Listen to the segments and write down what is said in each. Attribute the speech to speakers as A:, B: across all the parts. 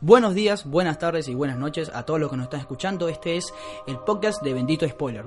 A: Buenos días, buenas tardes y buenas noches a todos los que nos están escuchando. Este es el podcast de Bendito Spoiler.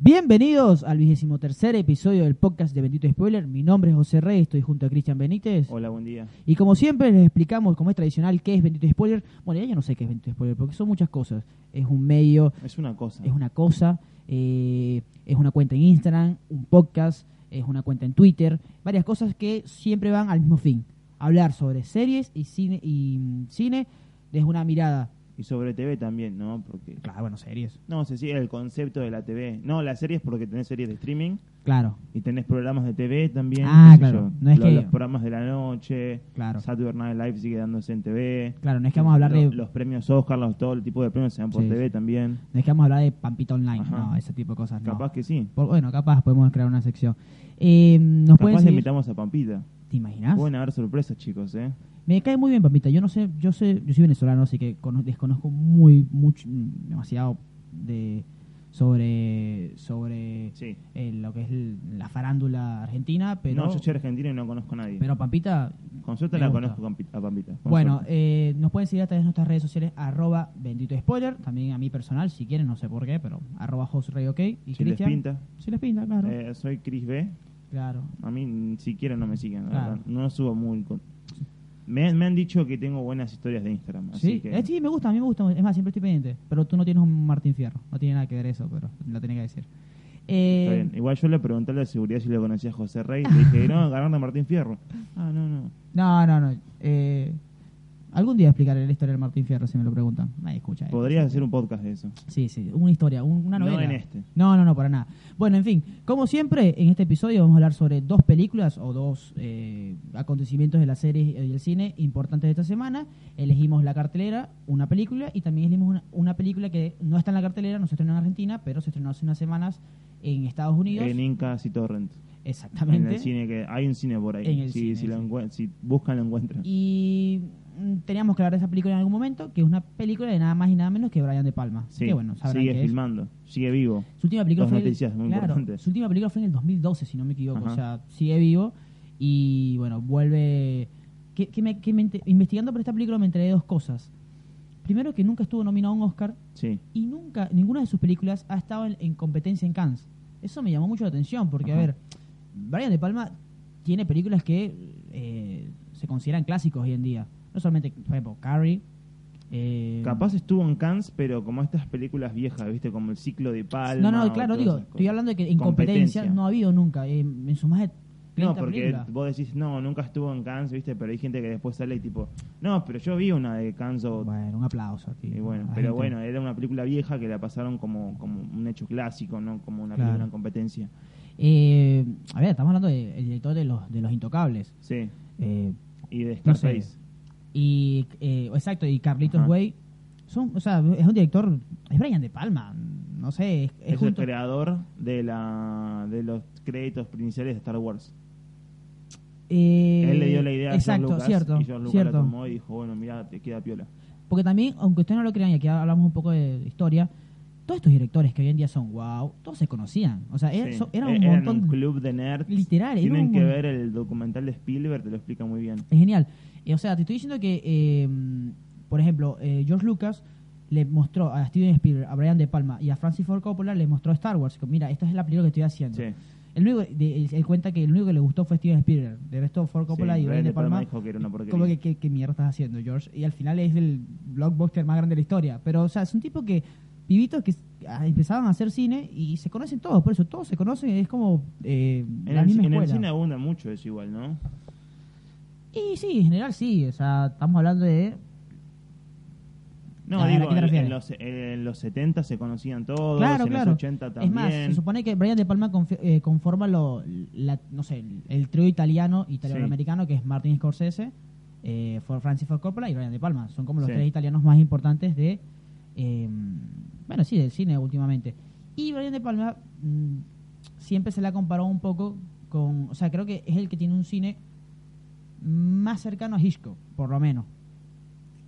B: Bienvenidos al vigésimo tercer episodio del podcast de Bendito Spoiler. Mi nombre es José Rey, estoy junto a Cristian Benítez.
C: Hola, buen día.
B: Y como siempre les explicamos, como es tradicional, qué es Bendito Spoiler. Bueno, ya yo no sé qué es Bendito Spoiler, porque son muchas cosas. Es un medio,
C: Es una cosa.
B: es una cosa, eh, es una cuenta en Instagram, un podcast, es una cuenta en Twitter, varias cosas que siempre van al mismo fin. Hablar sobre series y cine, y mm, cine desde una mirada.
C: Y sobre TV también, ¿no? Porque
B: Claro, bueno, series.
C: no se sigue el concepto de la TV. No, las series porque tenés series de streaming
B: Claro,
C: y tenés programas de TV también.
B: Ah,
C: qué sé
B: claro.
C: yo.
B: No es
C: los,
B: que-
C: los programas de la noche,
B: Claro.
C: Saturday Night Live sigue dándose en TV.
B: claro, no es que vamos a hablar
C: Lo-
B: de...
C: los, premios Oscar, los, todo el tipo de premios se dan por
B: Sí.
C: TV también.
B: No es que vamos a hablar de Pampita Online,
C: Ajá.
B: no, ese tipo de cosas. Ah, no.
C: Capaz que sí.
B: Por- bueno, capaz podemos crear una sección. Eh, nos pueden
C: Capaz
B: seguir-
C: le
B: ¿Ah?
C: invitamos a Pampita.
B: ¿Te imaginas?
C: Pueden haber sorpresas, chicos, ¿eh?
B: Me cae muy bien, Pampita. Yo no sé, yo sé, yo soy venezolano, así que cono- desconozco muy, mucho, mm, demasiado de sobre sobre
C: Sí.
B: eh, lo que es l- la farándula argentina, pero
C: no, yo soy argentino y no conozco a nadie.
B: pero Pampita,
C: con suerte
B: me
C: la
B: gusta.
C: conozco a Pampi- a Pampita. con
B: Bueno,
C: suerte.
B: eh, nos pueden seguir a través de nuestras redes sociales, arroba bendito spoiler, también a mí personal, si quieren, no sé por qué, pero arroba hostrey, ok. Y
C: si les
B: Cristian,
C: pinta.
B: Si les pinta, claro.
C: Eh, soy Chris B.
B: claro.
C: A mí ni siquiera no me siguen, la
B: Claro.
C: verdad. No subo muy. con- Me, me han dicho que tengo buenas historias de Instagram. Así
B: Sí,
C: que
B: eh, sí, me gusta, a mí me gusta. Es más, siempre estoy pendiente. Pero tú no tienes un Martín Fierro. No tiene nada que ver eso, pero lo tenía que decir. Eh,
C: está bien. Igual yo le pregunté a la seguridad si lo conocía a José Rey. Le dije, no, ganaron a Martín Fierro. Ah, no, no.
B: No, no, no. eh, algún día explicaré la historia del Martín Fierro si me lo preguntan. Nadie escucha. eh.
C: Podrías hacer un podcast de eso.
B: Sí, sí, una historia, un- una
C: No
B: novela.
C: en este.
B: No, no, no, para nada. Bueno, en fin, como siempre, en este episodio vamos a hablar sobre dos películas o dos eh, acontecimientos de la serie y el cine importantes de esta semana. Elegimos la cartelera, una película, y también elegimos una, una película que no está en la cartelera, no se estrenó en Argentina, pero se estrenó hace unas semanas en Estados Unidos.
C: En Incas y Torrent. En
B: Exactamente.
C: el cine, que hay un cine por ahí.
B: En el
C: si,
B: cine,
C: si, lo
B: sí.
C: encuen- si buscan, lo encuentran.
B: Y mm, teníamos que hablar de esa película en algún momento, que es una película de nada más y nada menos que Brian De Palma.
C: Sí,
B: que bueno, sabrán
C: sigue
B: que es.
C: filmando, sigue vivo.
B: Su última película
C: Dos
B: fue
C: noticias
B: el,
C: muy
B: claro,
C: importantes.
B: Su última película fue en el 2012, si no me equivoco.
C: Ajá.
B: O sea, sigue vivo y bueno, vuelve. Que, que me- que me ente- investigando por esta película me enteré de dos cosas. Primero, que nunca estuvo nominado a un Oscar
C: Sí.
B: y nunca, ninguna de sus películas ha estado en, en competencia en Cannes. Eso me llamó mucho la atención porque, a
C: Ajá.
B: ver, Brian De Palma tiene películas que eh, se consideran clásicos hoy en día. No solamente, por ejemplo, Carrie. eh,
C: Capaz estuvo en Cannes, pero como estas películas viejas, ¿viste? Como el ciclo de Palma.
B: No, no,
C: o
B: claro,
C: todas
B: digo,
C: esas
B: estoy
C: cosas.
B: hablando de que en competencia, no ha habido nunca, eh, en sus más de 30
C: No, porque
B: películas.
C: vos decís, no, nunca estuvo en Cannes, ¿viste? Pero hay gente que después sale y tipo, no, pero yo vi una de Cannes o-
B: Bueno, un aplauso aquí.
C: y bueno,
B: a la
C: pero
B: gente.
C: bueno, eh. era una película vieja que la pasaron como, como un hecho clásico, ¿no? Como una
B: Claro.
C: película en competencia.
B: Eh, a ver, estamos hablando del director de los, de los Intocables.
C: Sí.
B: eh,
C: Y de
B: No sé.
C: Scarface.
B: y, eh, exacto, y Carlitos
C: Ajá.
B: Way. Son, o sea, es un director, es Brian De Palma, no sé, es, es
C: Es, el
B: junto-
C: creador de la de los créditos iniciales de Star Wars.
B: eh,
C: Él le dio la idea
B: exacto,
C: a George Lucas
B: cierto,
C: y George Lucas
B: cierto.
C: la tomó y dijo, bueno, mira, te queda piola.
B: Porque también, aunque ustedes no lo crean, y aquí hablamos un poco de historia, todos estos directores que hoy en día son wow, todos se conocían. O sea, er-
C: Sí.
B: so- eran
C: Eh,
B: un montón.
C: un club de nerds.
B: Literal, era
C: Tienen
B: un
C: que
B: mon-
C: ver el documental de Spielberg, te lo explica muy bien.
B: Es genial. Eh, o sea, te estoy diciendo que, eh, por ejemplo, eh, George Lucas le mostró a Steven Spielberg, a Brian De Palma y a Francis Ford Coppola, les mostró Star Wars. Como, Mira, esta es la película que estoy haciendo.
C: Sí.
B: El único, de- él, él cuenta que el único que le gustó fue Steven Spielberg. De resto, Ford Coppola
C: Sí,
B: y Brian De Palma.
C: dijo que era una porquería.
B: como que qué, qué mierda estás haciendo, George? Y al final es el blockbuster más grande de la historia. Pero, o sea, es un tipo que. Pibitos que s- ah, empezaban a hacer cine y se conocen todos, por eso todos se conocen, es como eh,
C: en,
B: la
C: el,
B: misma
C: en el
B: escuela.
C: cine abunda mucho eso igual, ¿no?
B: Y sí, en general sí, o sea, estamos hablando de...
C: No,
B: A ver, ¿a
C: digo,
B: qué te
C: en,
B: refieres?
C: en los, en los 70 se conocían todos,
B: claro,
C: en
B: claro.
C: los 80 también.
B: Es más, se supone que Brian De Palma confi- eh, conforma lo, la- no sé, el, el trío italiano, italiano-americano, que es Martin Scorsese, eh, Ford- Francis Ford Coppola y Brian De Palma. Son como los
C: Sí.
B: tres italianos más importantes de, eh, bueno, sí, del cine últimamente. Y Brian De Palma mm, siempre se la comparó un poco con, o sea, creo que es el que tiene un cine más cercano a Hitchcock, por lo menos.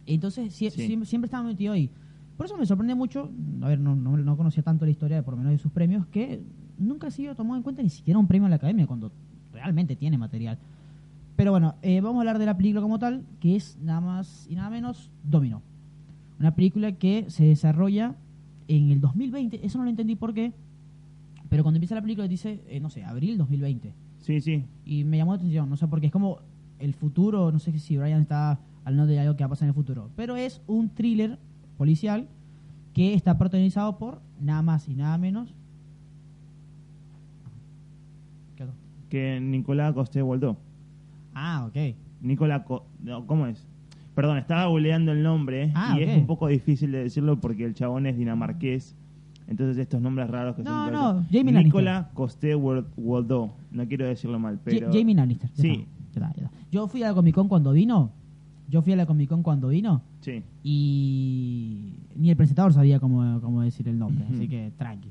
B: Entonces sie-
C: Sí.
B: siempre, siempre estaba metido ahí. Por eso me sorprende mucho, a ver, no, no, no conocía tanto la historia, por lo menos de sus premios, que nunca ha sido tomado en cuenta ni siquiera un premio a la academia cuando realmente tiene material. Pero bueno, eh, vamos a hablar de la película como tal, que es nada más y nada menos Domino. Una película que se desarrolla en el 2020, eso no lo entendí por qué, pero cuando empieza la película dice, eh, no sé, abril 2020.
C: Sí, sí.
B: Y me llamó la atención, no sé, porque es como el futuro, no sé si Brian está hablando de algo que va a pasar en el futuro, pero es un thriller policial que está protagonizado por nada más y nada menos. ¿Qué otro?
C: Que Nicolás Costé Boldó.
B: Ah, ok.
C: Nicolás. Co- no, ¿Cómo es? Perdón, estaba googleando el nombre
B: Ah,
C: y
B: ok.
C: es un poco difícil de decirlo porque el chabón es dinamarqués. Entonces estos nombres raros que
B: No,
C: son...
B: no, Jamie Lannister.
C: Nicolás Costé Waldó. No quiero decirlo mal,
B: Ja-
C: pero...
B: Jamie Lannister. ya
C: Sí.
B: está, ya está, ya está. Yo fui a la Comic Con cuando vino. Yo fui a la Comic Con cuando vino.
C: Sí.
B: Y ni el presentador sabía cómo, cómo decir el nombre.
C: Ujú.
B: Así que tranqui.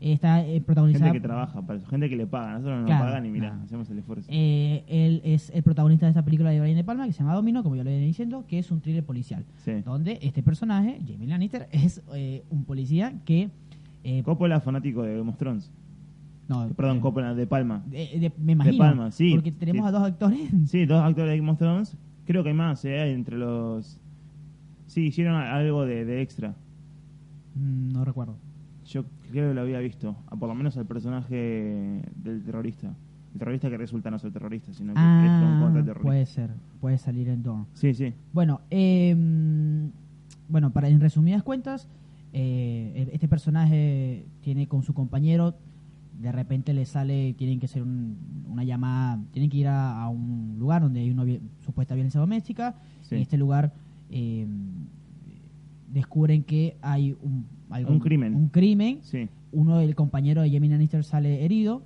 B: Está eh, protagonizada.
C: Gente que trabaja, para eso, gente que le paga. Nosotros no
B: Claro,
C: nos pagan y mirá,
B: no.
C: hacemos el esfuerzo.
B: eh, él es el protagonista de esta película de Brian De Palma que se llama Domino, como yo le venía diciendo, que es un thriller policial.
C: sí.
B: Donde este personaje, Jamie Lannister, es eh, un policía que. eh,
C: Coppola, fanático de Game of Thrones.
B: no,
C: Perdón,
B: eh,
C: Coppola, de Palma.
B: de- de- me imagino.
C: Palma, sí,
B: Porque tenemos
C: sí.
B: a dos actores.
C: Sí, dos actores de Game of Thrones. Creo que hay más, ¿eh? Entre los... Sí, hicieron a- algo de, de extra.
B: Mm, No recuerdo.
C: Yo creo que lo había visto. a por lo menos al personaje del terrorista. El terrorista que resulta no ser terrorista, sino que es un
B: Ah,
C: contraterrorista.
B: puede ser, puede salir en Dorn.
C: Sí, sí.
B: Bueno, eh, bueno, para en resumidas cuentas, eh, este personaje tiene con su compañero, de repente le sale, tienen que hacer un- una llamada, tienen que ir a, a un lugar donde hay una vi- supuesta violencia doméstica.
C: Sí.
B: En este lugar eh, descubren que hay un, algún-
C: Un crimen.
B: Un crimen.
C: Sí,
B: Uno del compañero de Jamie Lannister sale herido,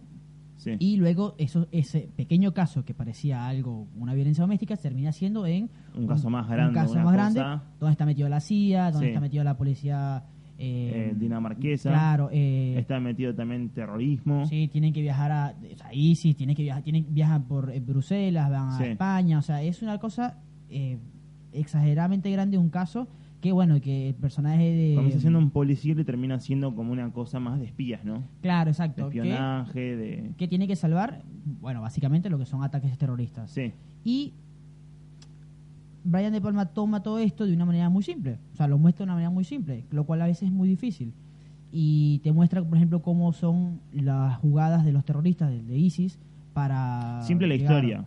C: sí.
B: y luego eso, ese pequeño caso que parecía algo, una violencia doméstica, termina siendo en
C: Un caso más grande,
B: un caso
C: una
B: más
C: cosa-
B: grande, donde está metido la CIA, donde
C: Sí.
B: está metido la policía eh,
C: Eh, dinamarquesa. Este
B: Claro, eh,
C: Está metido también terrorismo.
B: sí, tienen que viajar a, o sea, ahí sí, tienen que viajar, tienen, viajan por eh, Bruselas, van a
C: Sí.
B: España, o sea, es una cosa eh, exageradamente grande, un caso que bueno, que el personaje de
C: Comienza siendo un policía y termina siendo como una cosa más de espías, ¿no?
B: claro,
C: De
B: exacto, que,
C: espionaje, de...
B: que tiene que salvar, bueno, básicamente lo que son ataques terroristas.
C: Sí,
B: Y Brian De Palma toma todo esto de una manera muy simple. O sea, lo muestra de una manera muy simple, lo cual a veces es muy difícil. Y te muestra, por ejemplo, cómo son las jugadas de los terroristas del de ISIS para.
C: siempre la
B: llegar-
C: historia.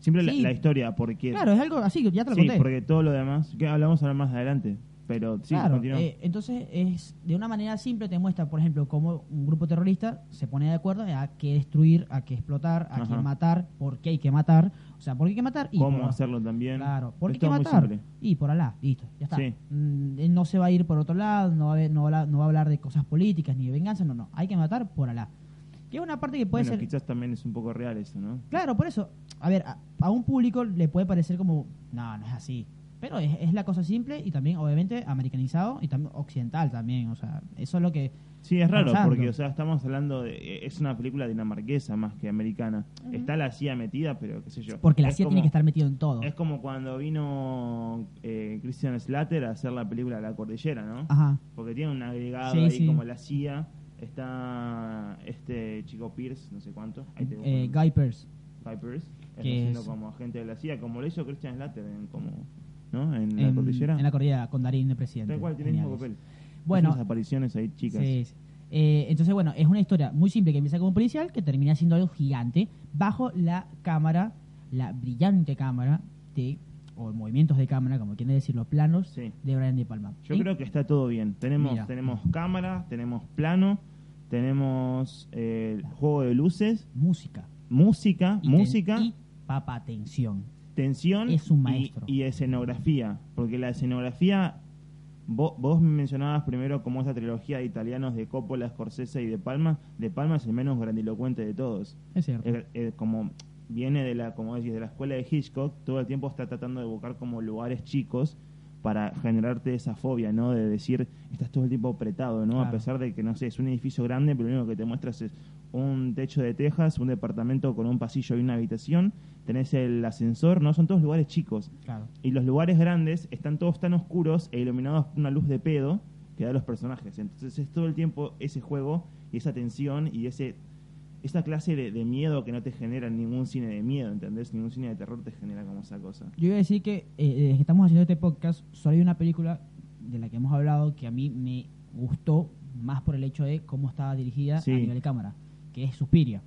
C: Siempre la-
B: Ah, Sí.
C: la, historia, porque...
B: Claro, es algo así, ya te lo
C: sí,
B: conté.
C: porque todo lo demás... Que hablamos ahora más adelante, pero sí,
B: Claro,
C: continúa.
B: eh, entonces, es de una manera simple te muestra, por ejemplo, cómo un grupo terrorista se pone de acuerdo a qué destruir, a qué explotar, a
C: Ajá.
B: quién matar, por qué hay que matar. O sea, por qué hay que matar y
C: cómo
B: por-
C: hacerlo también.
B: Claro, porque
C: Es
B: qué
C: todo muy
B: matar?
C: simple.
B: Y por Alá, listo, ya está.
C: Sí.
B: Mm, él no se va a ir por otro lado, no va a, ver- no va a hablar, no va a hablar de cosas políticas ni de venganza, no, no, hay que matar por Alá. Que es una parte que puede
C: Bueno,
B: ser...
C: quizás también es un poco real eso, ¿no?
B: Claro, por eso, a ver, a, a un público le puede parecer como, no, no es así. Pero es, es la cosa simple y también, obviamente, americanizado y también occidental también, o sea, eso es lo que...
C: Sí, es raro,
B: Pensando.
C: porque, o sea, estamos hablando de... eh, Es una película dinamarquesa más que americana. Está la CIA metida, pero qué sé yo.
B: Porque la
C: Es
B: CIA
C: como-
B: tiene que estar metida en todo.
C: Es como cuando vino eh, Christian Slater a hacer la película La Cordillera, ¿no?
B: Ajá.
C: Porque tiene un agregado
B: Ah. Sí,
C: ahí
B: sí.
C: como la CIA. Está este chico Pierce, no sé cuánto. Ahí te busco el
B: Eh,
C: nombre.
B: Guy Pearce.
C: Guy Pearce. Está
B: Que
C: haciendo
B: es-
C: como agente de la CIA, como lo hizo Christian Slater en, como, ¿no? en, La
B: en-
C: Cordillera.
B: En la cordillera, con Darín de presidente.
C: Tal cual, tiene el mismo
B: Geniales.
C: papel.
B: Bueno,
C: Hacen las apariciones ahí, chicas.
B: Sí, sí. Eh, entonces, bueno, es una historia muy simple que empieza como un policial que termina siendo algo gigante bajo la cámara, la brillante cámara de, o movimientos de cámara, como quieren decir, los planos
C: Sí.
B: de Brian De Palma.
C: Yo
B: En-
C: creo que está todo bien. Tenemos,
B: Mira.
C: tenemos cámara, tenemos plano, tenemos eh, juego de luces,
B: Música.
C: música,
B: Y ten-
C: música,
B: y papa atención.
C: tensión
B: es un
C: y-
B: maestro.
C: Y, escenografía. Porque la escenografía, vo- vos me mencionabas primero como esa trilogía de italianos de Coppola, Scorsese y De Palma. De Palma es el menos grandilocuente de todos.
B: Es cierto.
C: Eh, eh, como viene de la como decís, de la escuela de Hitchcock todo el tiempo está tratando de buscar como lugares chicos para generarte esa fobia no de decir estás todo el tiempo apretado no a
B: Claro.
C: pesar de que no sé es un edificio grande pero lo único que te muestras es un techo de tejas un departamento con un pasillo y una habitación tenés el ascensor no son todos lugares chicos
B: Claro.
C: y los lugares grandes están todos tan oscuros e iluminados por una luz de pedo que da a los personajes. Entonces es todo el tiempo ese juego y esa tensión y ese esa clase de, de miedo que no te genera ningún cine de miedo, ¿entendés? Ningún cine de terror te genera como esa cosa.
B: Yo iba a decir que eh, desde que estamos haciendo este podcast, solo hay una película de la que hemos hablado que a mí me gustó más por el hecho de cómo estaba dirigida
C: Sí.
B: a nivel de cámara, que es Suspiria.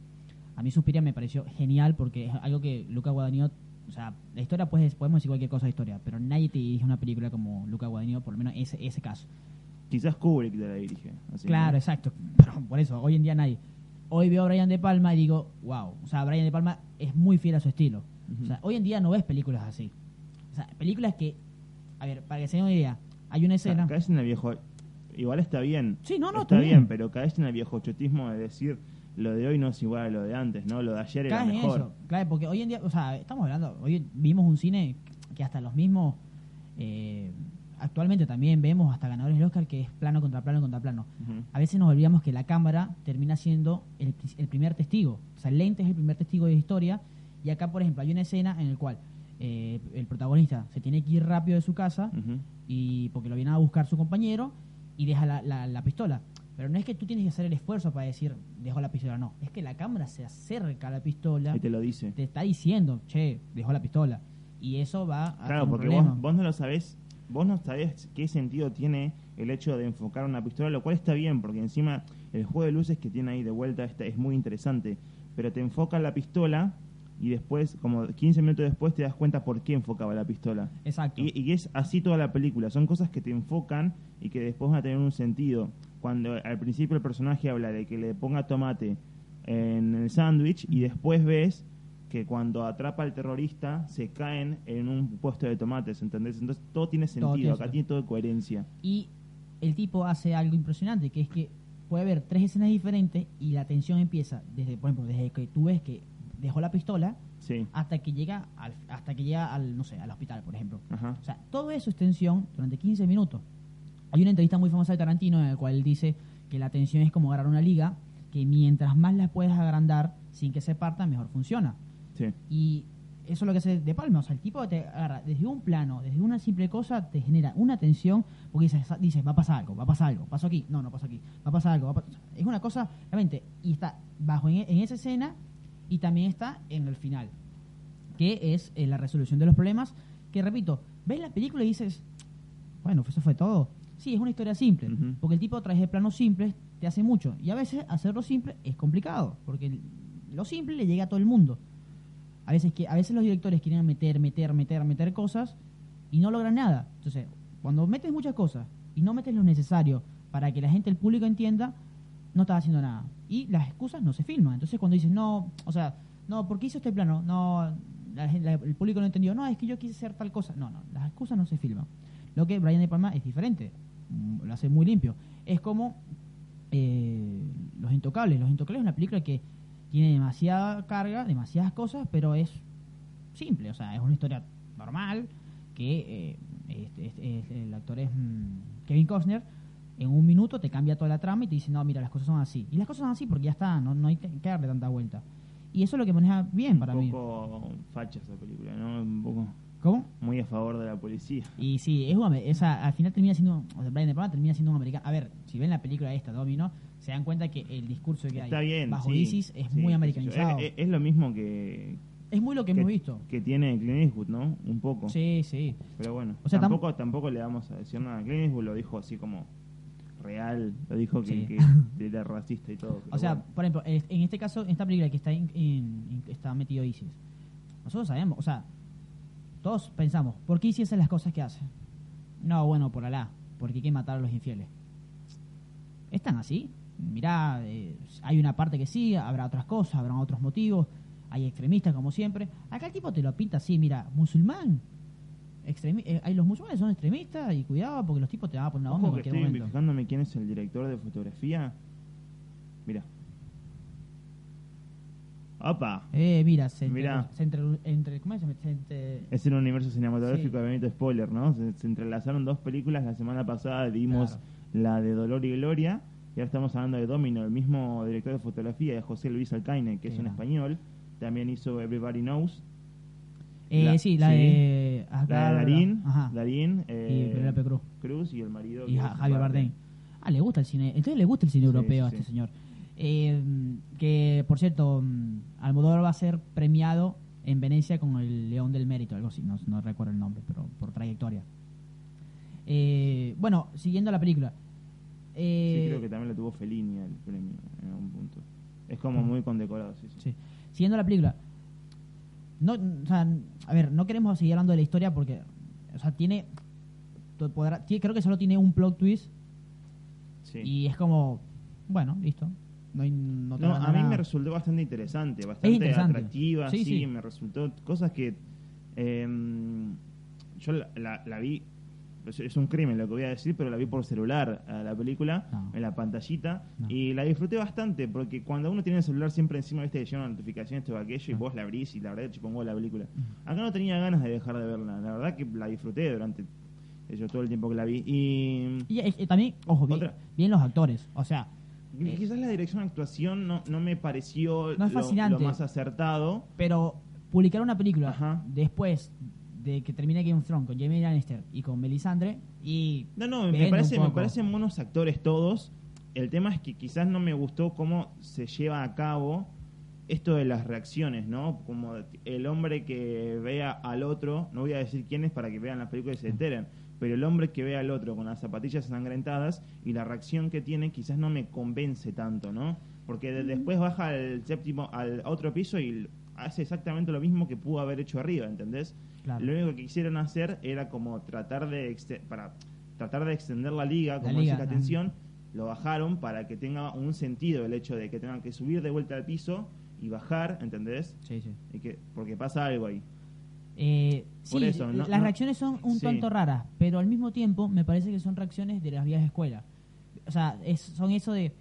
B: A mí Suspiria me pareció genial porque es algo que Luca Guadagnino, o sea, la historia pues podemos decir cualquier cosa de historia, pero nadie te dirige una película como Luca Guadagnino, por lo menos ese ese caso.
C: Quizás Kubrick te la dirige. así,
B: Claro,
C: ¿no?
B: exacto. Pero por eso, hoy en día nadie. Hoy veo a Brian De Palma y digo, wow. O sea, Brian De Palma es muy fiel a su estilo.
C: Ujú.
B: O sea, hoy en día no ves películas así. O sea, películas que. A ver, para que se den una idea, hay una escena.
C: Ca- Caes en el viejo. Igual está bien.
B: Sí, no, no, está
C: está bien,
B: bien.
C: pero caes en el viejo chotismo de decir lo de hoy no es igual a lo de antes, ¿no? Lo de ayer era
B: Caes en
C: mejor.
B: eso. Claro, porque hoy en día, o sea, estamos hablando, hoy vimos un cine que hasta los mismos. eh, actualmente también vemos hasta ganadores del Oscar que es plano contra plano contra plano.
C: Ujú.
B: A veces nos olvidamos que la cámara termina siendo el, pri- el primer testigo. O sea, el lente es el primer testigo de la historia. Y acá, por ejemplo, hay una escena en la cual eh, el protagonista se tiene que ir rápido de su casa
C: Ujú.
B: y porque lo viene a buscar su compañero y deja la, la- la pistola. Pero no es que tú tienes que hacer el esfuerzo para decir, dejo la pistola, no. Es que la cámara se acerca a la pistola,
C: Y te
B: te,
C: lo dice.
B: está diciendo, che, dejó la pistola. Y eso va a ser
C: Claro,
B: un
C: porque
B: problema.
C: vos, vos no lo sabés, vos no sabés qué sentido tiene el hecho de enfocar una pistola, lo cual está bien, porque encima el juego de luces que tiene ahí de vuelta esta es muy interesante, pero te enfoca la pistola y después, como 15 minutos después, te das cuenta por qué enfocaba la pistola.
B: Exacto.
C: Y, y es así toda la película, son cosas que te enfocan y que después van a tener un sentido. Cuando al principio el personaje habla de que le ponga tomate en el sándwich y después ves que cuando atrapa al terrorista se caen en un puesto de tomates, ¿entendés? Entonces todo tiene sentido,
B: tiene
C: acá
B: sentido.
C: tiene todo coherencia.
B: Y el tipo hace algo impresionante, que es que puede haber tres escenas diferentes y la tensión empieza desde, por ejemplo, desde que tú ves que dejó la pistola
C: Sí.
B: hasta que llega al, hasta que llega al, no sé, al hospital, por ejemplo.
C: Ajá.
B: O sea, todo eso es tensión durante 15 minutos. Hay una entrevista muy famosa de Tarantino en la cual él dice que la tensión es como agarrar una liga, que mientras más la puedes agrandar sin que se parta, mejor funciona.
C: Sí.
B: Y eso es lo que hace De Palma. O sea, el tipo te agarra desde un plano, desde una simple cosa, te genera una tensión porque dices, dices, va a pasar algo, va a pasar algo, pasó aquí, no, no pasó aquí, va a pasar algo. Va a pa-". Es una cosa, realmente, y está bajo en, en esa escena y también está en el final, que es eh, la resolución de los problemas. Que repito, ves la película y dices, bueno, eso fue todo. Sí, es una historia simple,
C: Ujú.
B: porque el tipo trae de planos simples, te hace mucho. Y a veces hacerlo simple es complicado, porque el- lo simple le llega a todo el mundo. A veces, que, a veces los directores quieren meter, meter, meter, meter cosas y no logran nada. Entonces, cuando metes muchas cosas y no metes lo necesario para que la gente, el público entienda, no estás haciendo nada. Y las excusas no se filman. Entonces, cuando dices, no, o sea, no, ¿por qué hizo este plano? No, la gen- la- el público no entendió. No, es que yo quise hacer tal cosa. No, no, las excusas no se filman. Lo que Brian De Palma es diferente. Mm, Lo hace muy limpio. Es como eh, Los Intocables. Los Intocables es una película que tiene demasiada carga, demasiadas cosas, pero es simple. O sea, es una historia normal que eh, este- este- es- el actor es mm, Kevin Costner. En un minuto te cambia toda la trama y te dice, no, mira, las cosas son así. Y las cosas son así porque ya está, no, no hay que que darle tanta vuelta. Y eso es lo que maneja bien para
C: un
B: mí.
C: poco facha esa película, ¿no? Un poco
B: ¿Cómo?
C: muy a favor de la policía.
B: Y sí, es una- es a- al final termina siendo, o sea, Brian De Palma termina siendo un americano. A ver, si ven la película esta, Domino, se dan cuenta que el discurso que
C: Está
B: hay
C: bien.
B: bajo
C: sí,
B: ISIS es
C: sí, qué sé
B: muy
C: yo.
B: americanizado.
C: Es, es- es lo mismo que,
B: es muy lo que hemos visto.
C: que tiene Clint Eastwood, ¿no? Un poco.
B: Sí, sí.
C: Pero bueno,
B: O sea, tam-
C: tampoco, tampoco le vamos a decir nada. Clint Eastwood lo dijo así como real, lo dijo que,
B: Sí.
C: que era racista y todo. pero
B: O sea,
C: bueno.
B: por ejemplo, es- en este caso, en esta película que está, in- in- in- que está metido ISIS, nosotros sabemos, o sea, todos pensamos, ¿por qué ISIS hace las cosas que hace? No, bueno, por Alá, porque hay que matar a los infieles. ¿Es tan así? Mirá, eh, hay una parte que sí, habrá otras cosas, habrán otros motivos, hay extremistas como siempre. Acá el tipo te lo pinta así, mira, musulmán. Extremi- eh, hay los musulmanes son extremistas y cuidado porque los tipos te van a poner una bomba en
C: Ojo que
B: cualquier
C: estoy
B: momento.
C: fijándome quién es el director de fotografía. Mira. Opa.
B: Eh, mira, se, entre-
C: Mirá.
B: se entre, entre- ¿cómo es? Se entre-
C: Es el universo cinematográfico
B: Sí.
C: de Benito Spoiler, ¿no? Se, se entrelazaron dos películas. La semana pasada dimos
B: Claro.
C: la de Dolor y Gloria. Y ahora estamos hablando de Domino, el mismo director de fotografía de José Luis Alcaine, que es
B: Sí,
C: un
B: no.
C: español. También hizo Everybody Knows,
B: Eh,
C: La-
B: sí, la
C: sí.
B: de.
C: La
B: acá-
C: de Darín,
B: Ajá.
C: Darín eh,
B: Y Penélope Cruz.
C: Cruz y el marido.
B: Y
C: que
B: Ja-
C: es
B: Javier
C: Bardem.
B: Bardem. Ah, le gusta el cine. Entonces le gusta el cine
C: Sí,
B: europeo a
C: sí,
B: este
C: sí.
B: señor. Eh, que, por cierto, mm, Almodóvar va a ser premiado en Venecia con el León del Mérito, algo así, no, no recuerdo el nombre, pero por trayectoria. Eh, bueno, siguiendo la película. Eh,
C: Sí, creo que también lo tuvo Fellini el premio en algún punto. Es como muy condecorado, sí, sí.
B: Sí. Siguiendo la película. No, o sea, a ver, no queremos seguir hablando de la historia porque, o sea, tiene, to- podrá- ti- creo que solo tiene un plot twist
C: Sí.
B: y es como, bueno, listo. No, hay- no te
C: No,
B: van
C: a mí
B: nada.
C: me resultó bastante interesante, bastante
B: interesante.
C: atractiva,
B: Sí,
C: sí,
B: sí.
C: me resultó cosas que eh, yo la, la- la vi, es, es un crimen lo que voy a decir, pero la vi por celular a la película,
B: No.
C: en la pantallita,
B: No.
C: y la disfruté bastante, porque cuando uno tiene el celular siempre encima, viste, que llegan notificaciones, todo aquello, y vos la abrís y la verdad te pongo la película.
B: Mm.
C: Acá no tenía ganas de dejar de verla, la verdad que la disfruté durante eh, yo, todo el tiempo que la vi. Y
B: Y eh, eh, también, ojo, bien,
C: Otra.
B: bien los actores, o sea, Eh,
C: Quizás la dirección de actuación no, no me pareció
B: No es
C: lo-
B: fascinante.
C: Lo, más acertado.
B: pero publicar una película
C: Ajá.
B: después de que termine Game of Thrones con Jamie Lannister y con Melisandre y
C: No, no,
B: Vende
C: me,
B: un
C: parece, me
B: poco.
C: parecen buenos actores todos. El tema es que quizás no me gustó cómo se lleva a cabo esto de las reacciones, ¿no? Como el hombre que vea al otro, no voy a decir quién es para que vean la película y se enteren, pero el hombre que ve al otro con las zapatillas ensangrentadas y la reacción que tiene quizás no me convence tanto, ¿no? Porque de- después baja al séptimo, al otro piso y hace exactamente lo mismo que pudo haber hecho arriba, ¿entendés?
B: Claro.
C: Lo único que quisieron hacer era como tratar de exte- para tratar de extender la liga, como
B: liga,
C: dice la
B: ah.
C: atención, lo bajaron para que tenga un sentido el hecho de que tengan que subir de vuelta al piso y bajar, ¿entendés?
B: Sí, sí.
C: Y que, porque pasa algo ahí.
B: Eh,
C: Por
B: sí,
C: eso, no-
B: las
C: no-
B: reacciones son un
C: sí.
B: tanto raras, pero al mismo tiempo me parece que son reacciones de las viejas escuelas. O sea, es- son eso de,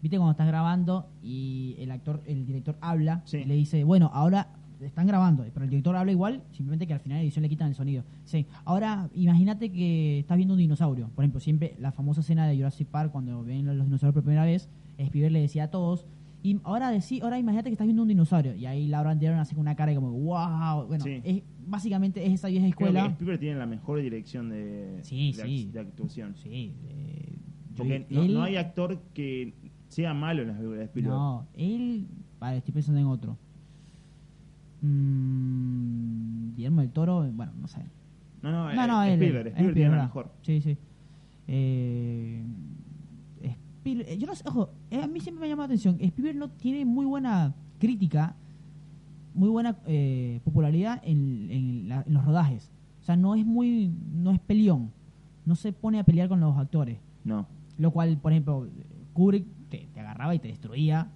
B: viste, cuando estás grabando y el actor, el director habla
C: Sí.
B: y le dice, bueno, ahora están grabando, pero el director habla igual, simplemente que al final de la edición le quitan el sonido. Sí. Ahora, imagínate que estás viendo un dinosaurio. Por ejemplo, siempre la famosa escena de Jurassic Park cuando ven los dinosaurios por primera vez, Spielberg le decía a todos. Y ahora decí, ahora imagínate que estás viendo un dinosaurio. Y ahí Laura Dern hace una cara como, wow. Bueno,
C: Sí.
B: es, básicamente es esa vieja
C: Creo que
B: escuela.
C: Spielberg tiene la mejor dirección de,
B: Sí,
C: de,
B: sí.
C: ac- de actuación.
B: Sí. eh, yo
C: Porque
B: digo,
C: no,
B: él-
C: no hay actor que sea malo en las películas de Spielberg.
B: No, él. Vale, estoy pensando en otro. Mm, Guillermo del Toro, bueno, no sé.
C: no, no,
B: No,
C: eh,
B: no, él.
C: Spielberg,
B: él,
C: Spielberg tiene la
B: ¿verdad?
C: mejor.
B: Sí, sí. Eh, Spiel- eh, yo no sé, ojo, eh, a mí siempre me llama la atención. Spielberg no tiene muy buena crítica, muy buena eh, popularidad en, en la- en los rodajes. O sea, no es muy. No es peleón. No se pone a pelear con los actores.
C: No.
B: Lo cual, por ejemplo, Kubrick te, te agarraba y te destruía.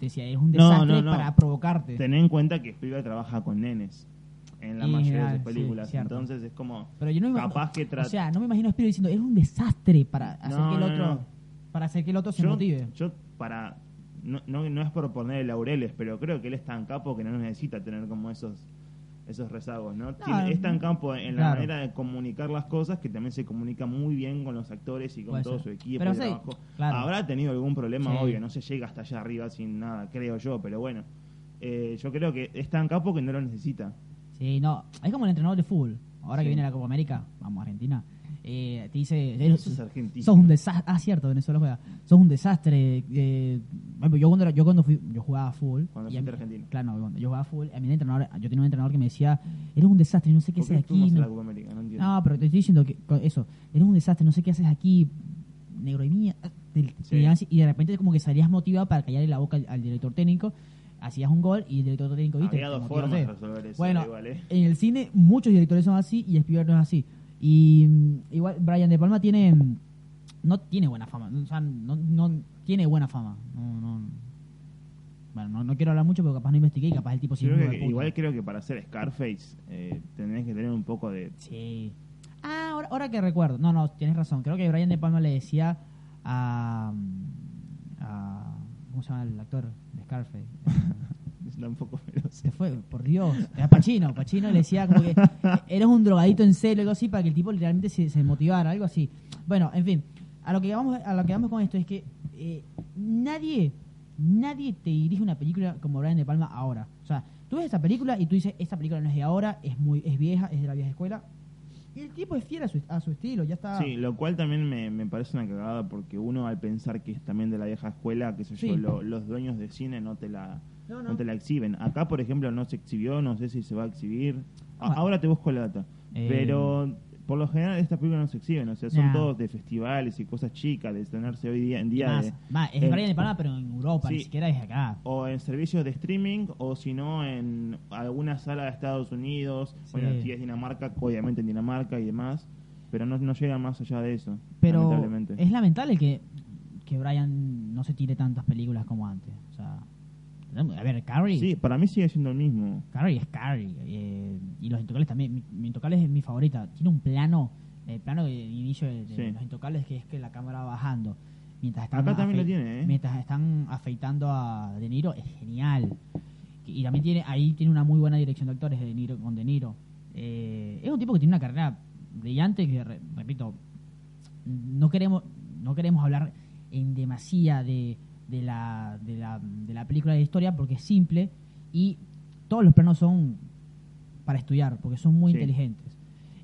B: Te decía, es un
C: No,
B: desastre
C: no, no.
B: para provocarte.
C: Ten en cuenta que Spielberg trabaja con nenes en la
B: Y,
C: mayoría
B: ah,
C: de sus
B: sí,
C: películas.
B: cierto.
C: Entonces es como
B: Pero yo no me imagino,
C: capaz que
B: O
C: trata
B: sea, no me imagino a Spielberg diciendo, es un desastre para hacer
C: No,
B: que el
C: no,
B: otro.
C: no.
B: Para hacer que el otro se motive.
C: yo para no, no, no es por ponerle laureles, pero creo que él es tan capo que no necesita tener como esos esos rezagos, ¿no? Tiene- es tan capo en la
B: claro.
C: manera de comunicar las cosas que también se comunica muy bien con los actores y con
B: Puede
C: todo
B: ser.
C: su equipo
B: Pero
C: de
B: sí,
C: trabajo.
B: claro.
C: Habrá tenido algún problema,
B: Sí.
C: obvio, no se llega hasta allá arriba sin nada, creo yo, pero bueno. Eh, yo creo que es tan capo que no lo necesita.
B: Sí, no. Es como el entrenador de fútbol. Ahora que
C: Sí.
B: viene la Copa América, vamos a Argentina. eh, te dice,
C: Eso es argentino.
B: sos un desastre. Ah, cierto, Venezuela juega. Sos un desastre. eh, bueno, yo cuando, era- yo cuando fui, yo jugaba a fútbol. y
C: Cuando fuiste
B: a mí-
C: argentino.
B: Claro, no, cuando yo jugaba a fútbol, a mí el entrenador, yo tenía un entrenador que me decía, eres un desastre, no sé qué
C: ¿Por
B: haces
C: qué
B: aquí.
C: fuimos a
B: no-
C: la Copa América? No entiendo.
B: No, pero te estoy diciendo que con eso, eres un desastre, no sé qué haces aquí, negro de mía. te- te
C: Sí.
B: llegaban así, Y de repente como que salías motivado para callarle la boca al, al director técnico, hacías un gol y el director técnico, viste,
C: Había
B: te
C: dos
B: motivó,
C: formas de
B: no sé.
C: resolver eso.
B: Bueno,
C: igual, ¿eh?
B: en el cine muchos directores son así y Spielberg no es así. Y mm, igual Brian De Palma tiene mm, no tiene buena fama, o sea, no, no tiene buena fama. No, no- bueno, no, no quiero hablar mucho porque capaz no investigué y capaz el tipo sí es
C: Creo
B: un hijo
C: que-
B: de puta.
C: igual creo que para hacer Scarface eh, tenés que tener un poco de...
B: Sí. Ah, ahora, ahora que recuerdo. No, no, tienes razón. Creo que Brian De Palma le decía a. mm, a- ¿Cómo se llama el actor? De Scarface.
C: Tampoco me lo sé.
B: Se fue, por Dios. Era Pachino. Pachino le decía como que eres un drogadito en serio, algo así, para que el tipo literalmente se, se motivara, algo así. Bueno, en fin. A lo que vamos, a lo que vamos con esto es que eh, nadie, nadie te dirige una película como Brian De Palma ahora. O sea, tú ves esta película y tú dices, esta película no es de ahora, es muy, es vieja, es de la vieja escuela Y el tipo es fiel a su, a su estilo, ya está.
C: Sí, lo cual también me, me parece una cagada porque uno al pensar que es también de la vieja escuela, que sé yo,
B: Sí.
C: lo- los dueños de cine no te la
B: No,
C: no,
B: no.
C: te la exhiben. Acá, por ejemplo, no se exhibió, no sé si se va a exhibir. A-
B: Ah.
C: Ahora te busco la data.
B: Eh.
C: Pero por lo general estas películas no se exhiben, o sea, son
B: Nah.
C: todos de festivales y cosas chicas, de estrenarse hoy día en
B: Y
C: día
B: más,
C: de-
B: más, es
C: en-
B: en Bahía de Panamá, pero en Europa, ni
C: Sí.
B: siquiera es acá.
C: o en servicios de streaming o si no en alguna sala de Estados Unidos, bueno, si es Dinamarca, obviamente en Dinamarca y demás, pero no, no llega más allá de eso,
B: Pero
C: lamentablemente.
B: es lamentable que, que Brian no se tire tantas películas como antes. O sea, a ver, Carrie,
C: Sí, para mí sigue siendo el mismo.
B: Carrie es Carrie. eh, y Los Intocables también. Mi, mi Intocables es mi favorita. Tiene un plano, el plano de inicio de, de
C: Sí.
B: Los Intocables, que es que la cámara va bajando. Mientras están
C: Acá también lo
B: afei-
C: tiene, ¿eh?
B: Mientras están afeitando a De Niro, es genial. Y también tiene ahí tiene una muy buena dirección de actores de Niro, con De Niro. Eh, es un tipo que tiene una carrera brillante que, re- repito, no queremos no queremos hablar en demasía de, de, la, de, la, de la película de la historia porque es simple y todos los planos son para estudiar porque son muy
C: Sí.
B: inteligentes.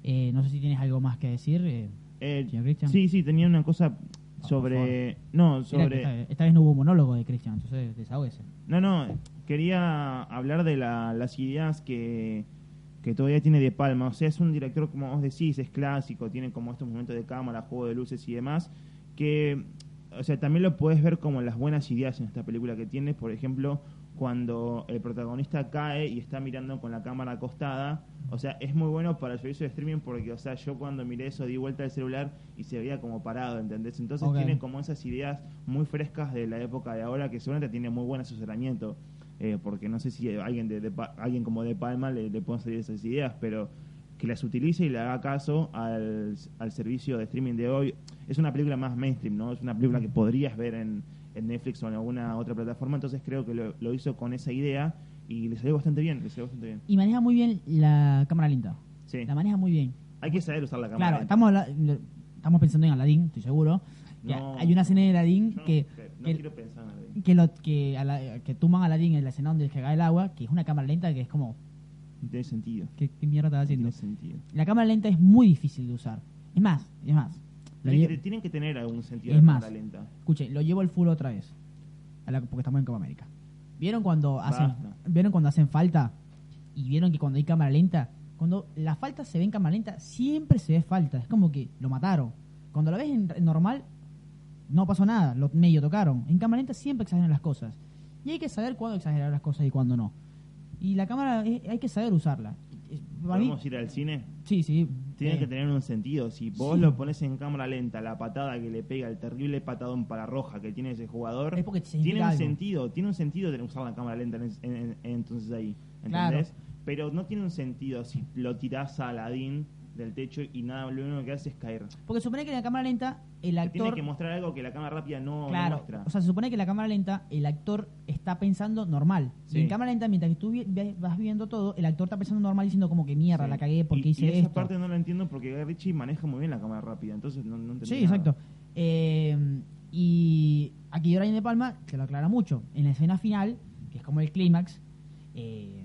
B: Eh, no sé si tienes algo más que decir. eh,
C: Eh,
B: Señor Christian.
C: sí, sí, tenía una cosa
B: Ah,
C: sobre... No,
B: mira que
C: sobre...
B: esta, esta vez no hubo monólogo de Christian, entonces desahógese.
C: No, no, quería hablar de la- las ideas que, que todavía tiene De Palma. O sea, es un director, como vos decís, es clásico, tiene como estos momentos de cámara, juego de luces y demás, que, o sea, también lo puedes ver como las buenas ideas en esta película que tiene, por ejemplo, cuando el protagonista cae y está mirando con la cámara acostada, o sea, es muy bueno para el servicio de streaming porque, o sea, yo cuando miré eso di vuelta al celular y se veía como parado, ¿entendés? Entonces
B: Ok.
C: tiene como esas ideas muy frescas de la época de ahora que seguramente tiene muy buen asesoramiento eh, porque no sé si alguien de, de Pa- alguien como de Palma le, le pueden salir esas ideas pero que las utilice y le haga caso al, al servicio de streaming de hoy es una película más mainstream no es una película que podrías ver en, en Netflix o en alguna otra plataforma entonces creo que lo, lo hizo con esa idea y le salió bastante bien le salió bastante bien
B: Y maneja muy bien la cámara lenta.
C: sí
B: La maneja muy bien.
C: hay que saber usar la cámara
B: Claro,
C: lenta.
B: estamos, habla- estamos pensando en Aladdin, estoy seguro. que
C: No.
B: hay una escena de Aladdin
C: Yo no-
B: que,
C: no
B: que-
C: quiero pensar en la ley.
B: que, lo, que, a la- que tuman a Aladdin en la escena donde cae el agua, que es una cámara lenta que es como,
C: no tiene sentido
B: ¿qué, qué mierda estás
C: no
B: haciendo?
C: tiene sentido
B: La cámara lenta es muy difícil de usar. Es más, es más. Lo
C: tienen que,
B: lle-
C: tienen que tener algún sentido
B: Es
C: la
B: más,
C: cámara lenta
B: escuche, lo llevo al full otra vez. A la- porque estamos en Copa América. ¿Vieron cuando hacen,
C: Basta.
B: ¿Vieron cuando hacen falta? Y vieron que cuando hay cámara lenta, cuando la falta se ve en cámara lenta, siempre se ve falta. Es como que lo mataron. Cuando la ves en en normal, no pasó nada, lo medio tocaron. En cámara lenta siempre exageran las cosas. Y hay que saber cuándo exagerar las cosas y cuándo no. Y la cámara eh, hay que saber usarla. Eh, para mí-
C: podemos ir al cine
B: sí, sí.
C: Tiene
B: eh,
C: que tener un sentido. Si vos lo pones en cámara lenta, la patada que le pega, el terrible patadón para roja que tiene ese jugador,
B: Es porque significa
C: tiene un
B: algo.
C: sentido. Tiene un sentido tener usar la cámara lenta en- en- en- entonces ahí.
B: Claro.
C: ¿Entendés? Pero no tiene un sentido si lo tirás a Aladdin del techo y nada, lo único que hace es caer.
B: Porque supone que en la cámara lenta el
C: Te Tiene
B: actor
C: que mostrar algo que la cámara rápida no, no
B: Claro,
C: muestra.
B: o sea, se supone que en la cámara lenta el actor está pensando normal.
C: Sí.
B: Y en cámara lenta, mientras que tú vi- ve- vas viendo todo, el actor está pensando normal diciendo como que mierda,
C: Sí.
B: la cagué porque
C: y,
B: hice
C: y esa
B: esto.
C: parte no la entiendo porque Guy Ritchie maneja muy bien la cámara rápida, entonces no, no entendí
B: sí,
C: nada.
B: exacto. Eh, y aquí Brian De Palma te lo aclara mucho. En la escena final, que es como el clímax, eh,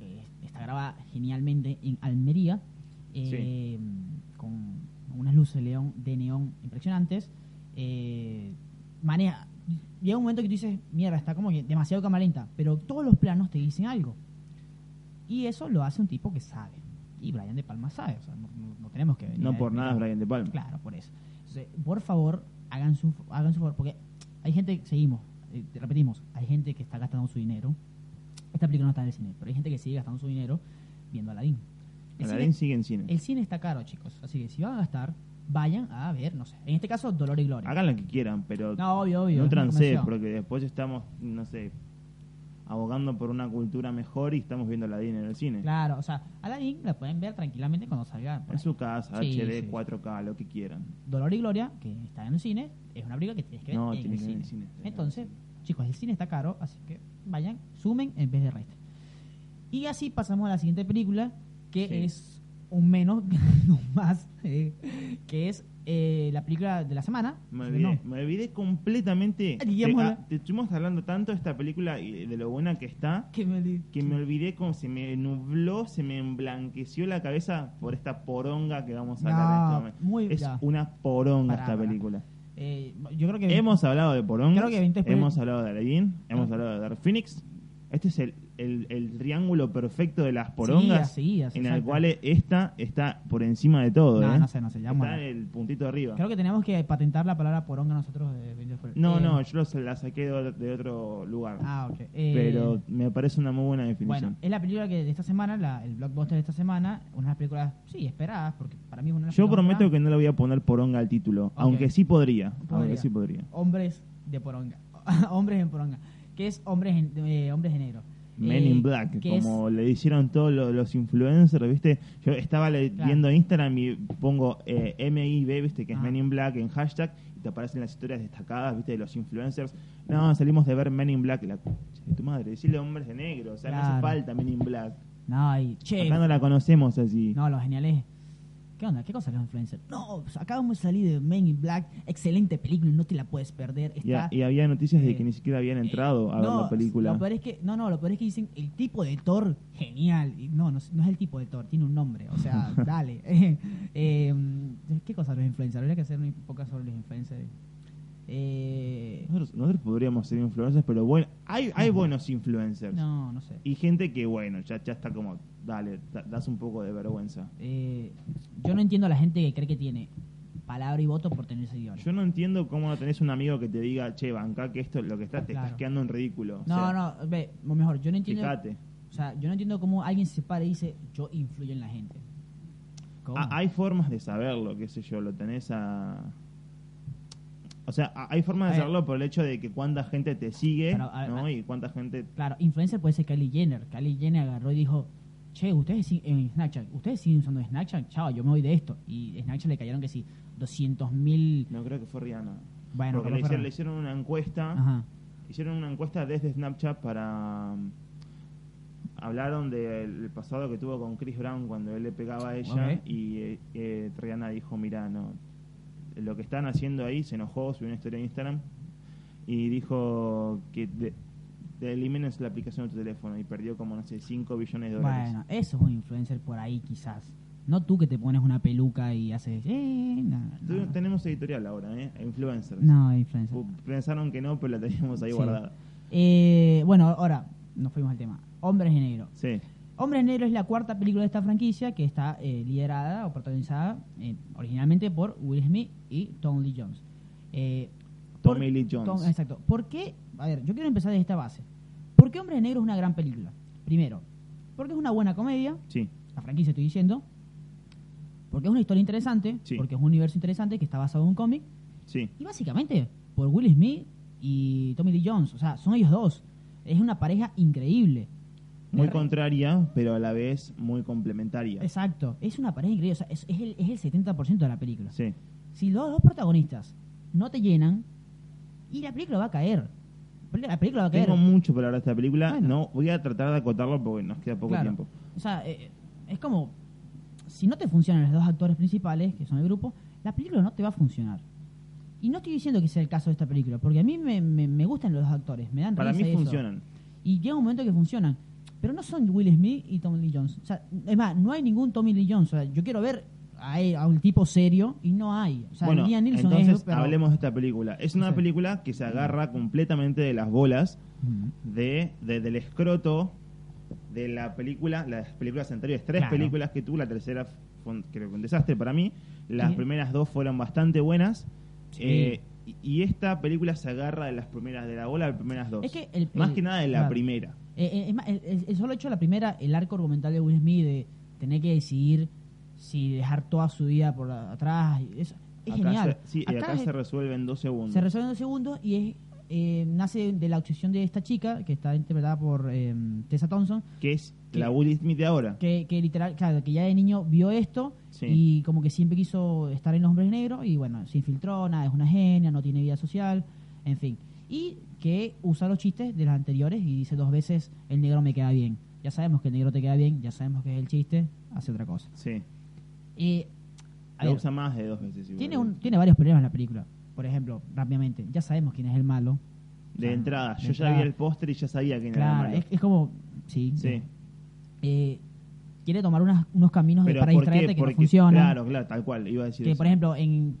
B: eh, está grabada genialmente en Almería, eh, con unas luces de león, de neón impresionantes. Eh, maneja. Llega un momento que tú dices, mierda, está como que demasiado cámara lenta, pero todos los planos te dicen algo. Y eso lo hace un tipo que sabe. Y Brian De Palma sabe, o sea, no, no- no tenemos que venir
C: No
B: a
C: por nada es
B: explicar.
C: Brian De Palma.
B: Claro, por eso. Entonces, por favor, hagan su, hagan su favor, porque hay gente, seguimos, eh, te repetimos, hay gente que está gastando su dinero. Esta película no está en el cine, pero hay gente que sigue gastando su dinero viendo Aladdin. El, cine,
C: Aladdin sigue en cine.
B: el cine está caro, chicos, así que si van a gastar, vayan a ver, no sé, en este caso, Dolor y Gloria.
C: Hagan lo que quieran, pero
B: No, obvio, obvio.
C: No
B: es una
C: transé,
B: convención.
C: porque después estamos, no sé, abogando por una cultura mejor y estamos viendo la DIN en el cine.
B: Claro, o sea, Aladdin la pueden ver tranquilamente cuando salga. por
C: En
B: ahí.
C: su casa,
B: Sí,
C: HD,
B: sí.
C: 4K, lo que quieran.
B: Dolor y Gloria, que está en el cine, es una película que tienes que ver
C: No,
B: en,
C: tiene
B: el
C: que ver en
B: cine.
C: el cine, tiene que ver en el
B: Entonces, chicos, el cine está caro, así que vayan, sumen en vez de resten. Y así pasamos a la siguiente película, que
C: Sí.
B: es un menos, un más, eh, que es eh, la película de la semana.
C: Me
B: así que
C: olvidé,
B: no.
C: me olvidé completamente.
B: Ah, digamos
C: te,
B: la-
C: ah, te estuvimos hablando tanto de esta película y de lo buena que está
B: Que me olvidé.
C: que me olvidé cómo se me nubló, se me emblanqueció la cabeza por esta poronga que vamos a hablar en este
B: No,
C: momento.
B: muy-
C: es
B: ya.
C: una poronga
B: Pará,
C: esta
B: pará.
C: película.
B: Eh, yo creo que
C: Hemos hablado de porongas,
B: Creo que 20 películas.
C: hemos hablado de Aladdin, hemos
B: Ah.
C: hablado de Dark Phoenix. Este es el, el- el triángulo perfecto de las porongas
B: seguidas,
C: en el
B: exacto.
C: cual esta está por encima de todo.
B: No,
C: ¿eh?
B: no sé, no sé, ya
C: está
B: bueno.
C: en el puntito arriba.
B: Creo que tenemos que patentar la palabra poronga nosotros de Benjo Fuller.
C: No,
B: Eh,
C: no, yo lo- la saqué de, de otro lugar.
B: Ah, ok. Eh,
C: pero me parece una muy buena definición.
B: Bueno, es la película que de esta semana, la- el blockbuster de esta semana, una de las películas, sí, esperadas, porque para mí es una de las
C: Yo
B: películas
C: prometo que no le voy a poner poronga al título, aunque sí podría, aunque
B: Podría.
C: sí podría.
B: Hombres de poronga. hombres en poronga. Que es Hombres en, eh, hombres de Negro.
C: Men
B: Eh,
C: in Black,
B: que es-
C: como le hicieron todos lo- los influencers, ¿viste? Yo estaba le-
B: Claro.
C: viendo Instagram y pongo eh, MIB, ¿viste? Que es
B: Ah.
C: Men in Black en hashtag y te aparecen las historias destacadas, ¿viste? De los influencers. No, salimos de ver Men in Black. La concha de tu madre, decirle hombres de negro, o sea, no hace
B: Claro.
C: falta Men in Black.
B: No, y, che,
C: Acá no la conocemos así.
B: No, lo genial es. ¿Qué onda? ¿Qué cosa los influencers? No, pues, acabamos de salir de Men in Black. Excelente película, no te la puedes perder. Está,
C: Y, a- y había noticias de
B: eh,
C: que ni siquiera habían entrado
B: no,
C: a ver la película.
B: Lo peor es que, no, no, lo peor es que dicen el tipo de Thor, genial. Y no, no, es- no es el tipo de Thor, tiene un nombre. O sea, dale. Eh, ¿Qué cosa los influencers? Habría que hacer un poco sobre los influencers. Eh,
C: Nosotros, nosotros podríamos ser influencers, pero bueno, hay, hay buenos influencers.
B: no, no sé.
C: Y gente que, bueno, ya, ya está como, dale, da- das un poco de vergüenza.
B: Eh, yo no entiendo a la gente que cree que tiene palabra y voto por tener ese guión.
C: Yo no entiendo cómo no tenés un amigo que te diga, che, banca, que esto es lo que estás, te
B: Claro.
C: estás quedando en ridículo. O
B: no,
C: sea,
B: no, ve, o mejor, yo no entiendo.
C: Fíjate.
B: O sea, yo no entiendo cómo alguien se para y dice, yo influyo en la gente. ¿Cómo?
C: Ah, hay formas de saberlo, qué sé yo, lo tenés a... O sea, a- hay formas de
B: A ver.
C: saberlo por el hecho de que cuánta gente te sigue,
B: Pero, a-
C: ¿no?
B: a-
C: y cuánta gente...
B: Claro, influencer puede ser Kylie Jenner. Kylie Jenner agarró y dijo, che, ustedes sig- en Snapchat, ustedes siguen usando Snapchat, chao, yo me voy de esto. Y Snapchat le cayeron que sí, 200 mil...
C: No, creo que fue Rihanna.
B: Bueno, capaz
C: Porque le hicieron,
B: fueron-
C: le hicieron una encuesta...
B: Ajá.
C: Hicieron una encuesta desde Snapchat para. um, hablaron del pasado que tuvo con Chris Brown cuando él le pegaba a ella.
B: Ok.
C: Y eh, eh, Rihanna dijo: Mirá, no. Lo que están haciendo ahí, se enojó, subió una historia en Instagram. Y dijo que de- te elimines la aplicación de tu teléfono. Y perdió como, no sé, 5 billones de dólares.
B: Bueno, eso es un influencer por ahí quizás. No tú que te pones una peluca y haces... Eh, no,
C: Tu-
B: no,
C: Tenemos editorial ahora, ¿eh? Influencers.
B: no, influencer.
C: Pu- Pensaron que no, pero la teníamos ahí
B: Sí.
C: guardada.
B: Eh, bueno, ahora nos fuimos al tema. Hombres de negro.
C: Sí.
B: Hombre Negro es la cuarta película de esta franquicia que está eh, liderada o protagonizada eh, originalmente por Will Smith y Tom Lee Jones. Eh, por-
C: Tommy Lee Jones.
B: Tom- exacto. ¿Por qué? A ver, yo quiero empezar desde esta base. ¿Por qué Hombre Negro es una gran película? Primero, porque es una buena comedia,
C: Sí.
B: la franquicia estoy diciendo, porque es una historia interesante,
C: Sí.
B: porque es un universo interesante que está basado en un cómic,
C: Sí.
B: y básicamente por Will Smith y Tommy Lee Jones. O sea, son ellos dos. Es una pareja increíble.
C: Muy
B: Re-
C: contraria, pero a la vez muy complementaria.
B: Exacto, es una pareja increíble, o sea, es, es el, es el 70% de la película.
C: Sí.
B: Si los dos protagonistas no te llenan, y la película va a caer. La película va a caer.
C: Tengo mucho para hablar de esta película.
B: Bueno.
C: No, voy a tratar de acotarlo porque nos queda poco
B: Claro.
C: tiempo.
B: O sea, eh, es como, si no te funcionan los dos actores principales, que son el grupo, la película no te va a funcionar. Y no estoy diciendo que sea el caso de esta película, porque a mí me, me- me gustan los dos actores, me dan
C: Para
B: risa
C: mí
B: y eso.
C: funcionan.
B: Y llega un momento que funcionan. Pero no son Will Smith y Tommy Lee Jones. O sea, es más, no hay nningún Tommy Lee Jones. O sea, yo quiero ver a, él- a un tipo serio y no hay. O sea,
C: bueno,
B: Liam Neeson es,
C: entonces
B: pero-
C: hablemos de esta película. Es una
B: Sí.
C: película que se agarra completamente de las bolas,
B: Mm.
C: de, de- del escroto, de la película, las películas anteriores. Tres
B: Claro.
C: películas que tuvo, la tercera fue un- creo que un desastre para mí. Las
B: Sí.
C: primeras dos fueron bastante buenas.
B: Sí.
C: Eh, y- y esta película se agarra de las primeras, de la bola de las primeras dos.
B: Es que el-
C: Más
B: el-
C: que nada de la
B: Mm, claro.
C: primera.
B: Eh, eh, es más, el, el- el solo hecho de la primera, el arco argumental de Will Smith de tener que decidir si dejar toda su vida por a- atrás. y eso, es
C: Acá
B: genial.
C: Se, sí, y acá,
B: es-
C: se resuelve en dos segundos.
B: se resuelve en dos segundos y es, eh, nace de la obsesión de esta chica, que está interpretada por eh, Tessa Thompson,
C: que es
B: ¿Qué?
C: la Will Smith de ahora.
B: que, que literal, claro, que ya de niño vio esto
C: Sí.
B: y como que siempre quiso estar en los hombres negros y bueno, se infiltró, nada, es una genia, no tiene vida social, en fin. Y que usa los chistes de las anteriores y dice dos veces, el negro me queda bien. Ya sabemos que el negro te queda bien, ya sabemos que es el chiste, hace otra cosa.
C: Sí.
B: Eh, a
C: Lo
B: ver.
C: usa más de dos veces. igual. ¿eh?
B: Tiene, un, tiene varios problemas la película. Por ejemplo, rápidamente, ya sabemos quién es el malo.
C: De
B: Claro,
C: entrada,
B: de
C: yo
B: Ah, entrada.
C: ya vi el póster y ya sabía quién era el
B: Claro,
C: malo.
B: es, es como. Sí.
C: Sí.
B: Eh, quiere tomar unas- unos caminos de-
C: Pero
B: para
C: ¿por qué?
B: distraerte que
C: Porque-
B: no funcionan.
C: Claro, claro, tal cual, iba a decir
B: que,
C: eso.
B: por ejemplo, en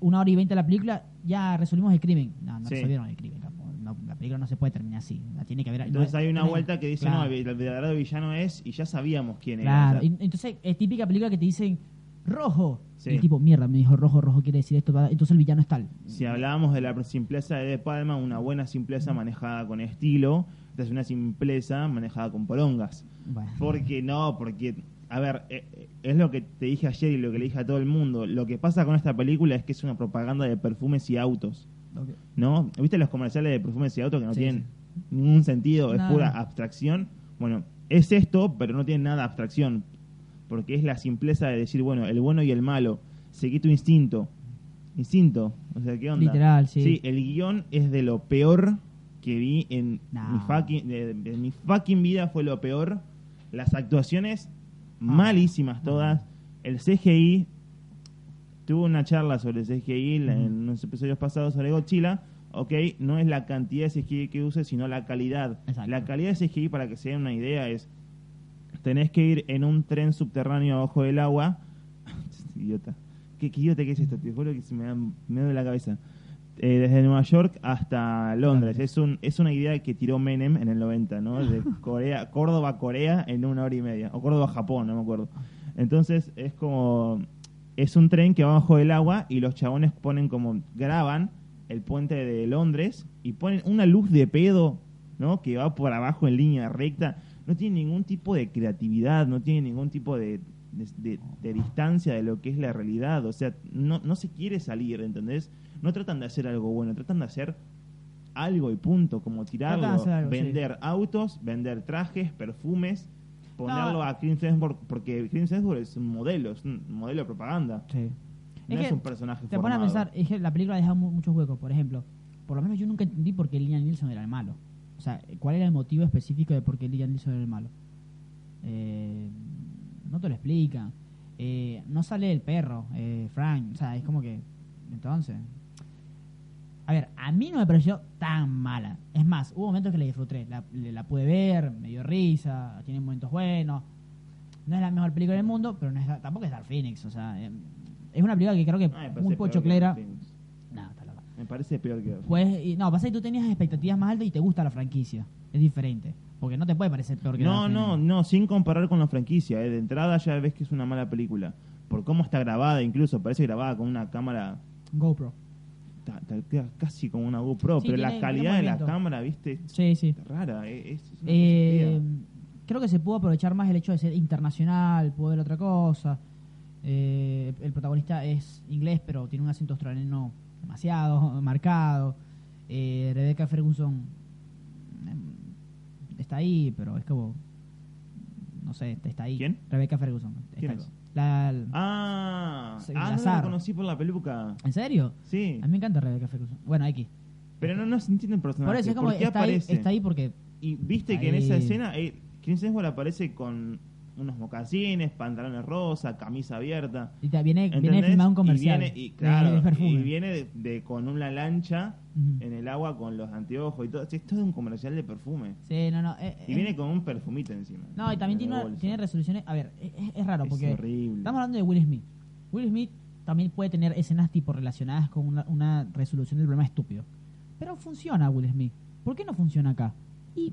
B: una hora y veinte de la película ya resolvimos el crimen. No, no
C: Sí.
B: resolvieron el crimen. capo. No, la película no se puede terminar así. La tiene que haber.
C: Entonces
B: no-
C: hay una
B: no-
C: vuelta que dice,
B: Claro.
C: no, el verdadero villano es, y ya sabíamos quién
B: Claro,
C: era. o sea,
B: y- entonces es típica película que te dicen rojo.
C: Sí.
B: Y el tipo, mierda, me dijo rojo, rojo quiere decir esto. Entonces el villano es tal.
C: si hablábamos de la simpleza de De Palma, una buena simpleza manejada con estilo, esta es una simpleza manejada con porongas.
B: Bueno.
C: Porque no, porque, a ver, eh, eh, es lo que te dije ayer y lo que le dije a todo el mundo. Lo que pasa con esta película es que es una propaganda de perfumes y autos,
B: Ok.
C: ¿no? ¿Viste los comerciales de perfumes y autos que no
B: Sí,
C: tienen ningún sentido? Es
B: No,
C: pura
B: no.
C: abstracción. Bueno, es esto, pero no tiene nada de abstracción. Porque es la simpleza de decir, bueno, el bueno y el malo. Seguí tu instinto. Instinto. O sea, ¿qué onda?
B: Literal, sí.
C: el guión es de lo peor que vi en,
B: No.
C: mi, fucking, de- de mi fucking vida. Fue lo peor. Las actuaciones
B: Ah.
C: malísimas todas. El CGI. Tuve una charla sobre el CGI la- en unos episodios pasados sobre Godzilla. Ok, no es la cantidad de CGI que use, sino la calidad.
B: Exacto.
C: La calidad de CGI, para que se den una idea, es tenés que ir en un tren subterráneo abajo del agua. Este idiota. ¿Qué, qué idiota que es esto? Te juro que se me, da- me duele la cabeza. Eh, desde Nueva York hasta Londres. Es, un, es una idea que tiró Menem en el 90, ¿no? De Corea, Córdoba a Corea en una hora y media. O Córdoba a Japón, no me acuerdo. Entonces es como... Es un tren que va bajo el agua y los chabones ponen como... Graban el puente de Londres y ponen una luz de pedo, ¿no? Que va por abajo en línea recta. No tiene ningún tipo de creatividad, no tiene ningún tipo de, de, de- de distancia de lo que es la realidad. O sea, no, no se quiere salir, ¿entendés? No tratan de hacer algo bueno, tratan de hacer algo y punto, como tirarlo,
B: Tratan de hacer algo,
C: vender autos, vender trajes, perfumes, ponerlo
B: No.
C: a Chris Hemsworth, Ah, porque Chris Hemsworth es un modelo, es un modelo de propaganda.
B: Sí.
C: No
B: que
C: es un personaje
B: Te pones a
C: formado.
B: pensar, es que la película deja mu- muchos huecos. Por ejemplo, por lo menos yo nunca entendí por qué Liam Neeson era el malo. O sea, ¿cuál era el motivo específico de por qué Liam Neeson era el malo? Eh, no te lo explican. Eh, no sale el perro, eh, Frank. O sea, es como que. Entonces. A ver, a mí no me pareció tan mala. Es más, hubo momentos que la disfruté. La, la pude ver, me dio risa, tiene momentos buenos. No es la mejor película del mundo, pero no es, tampoco es Dark Phoenix. O sea, eh, es una película que creo que
C: Ah, me
B: muy
C: parece peor que
B: pochoclera.
C: Dark Phoenix.
B: No, está loca.
C: Me parece peor que...
B: Pues, y- no, pasa que tú tenías expectativas más altas y te gusta la franquicia. Es diferente. Porque no te puede parecer peor que
C: No,
B: Dark
C: no,
B: Phoenix.
C: no, sin comparar con la franquicia. eh. De entrada ya ves que es una mala película. Por cómo está grabada, incluso parece grabada con una cámara
B: GoPro.
C: ta- ta- ca- casi como una GoPro,
B: Sí,
C: pero
B: tiene-
C: la
B: tiene
C: calidad de la
B: movimiento.
C: cámara, viste, es
B: Sí, sí.
C: rara. eh, Es, es una cosa
B: Eh,
C: fea.
B: creo que se pudo aprovechar más el hecho de ser internacional, poder otra cosa. Eh, el protagonista es inglés, pero tiene un acento australiano demasiado marcado. Eh, Rebecca Ferguson em, está ahí, pero es como. No sé, está ahí.
C: ¿Quién?
B: Rebecca Ferguson.
C: ¿Quién
B: Está-
C: es?
B: la-
C: Ah,
B: Se-
C: ah, no la
B: Lazar.
C: conocí por la peluca.
B: ¿En serio?
C: Ah. Sí,
B: A mí me encanta Rebecca Ferguson. Bueno, X.
C: pero no, no se entiende el personaje.
B: Por eso es como
C: ¿Por qué
B: está ahí,
C: aparece?
B: está ahí porque.
C: Y viste que en
B: Ahí.
C: esa escena, eh, Chris Hemsworth aparece con unos mocasines, pantalones rosa, camisa abierta.
B: y te- Viene, viene
C: ¿entendés?
B: filmado un comercial.
C: Y viene, y,
B: de-
C: claro,
B: de perfume.
C: y viene de, de- con una lancha
B: Ujú.
C: en el agua con los anteojos y todo. Es todo un comercial de perfume.
B: Sí, no, no. eh,
C: Y
B: eh,
C: viene con un perfumito encima.
B: No, y también
C: En la
B: tiene, una-
C: bolsa.
B: tiene resoluciones. A ver, es, es- es raro
C: Es
B: porque.
C: horrible.
B: Estamos hablando de Will Smith. Will Smith también puede tener escenas tipo relacionadas con una, una resolución del problema estúpido. Pero funciona Will Smith. ¿Por qué no funciona acá? Y.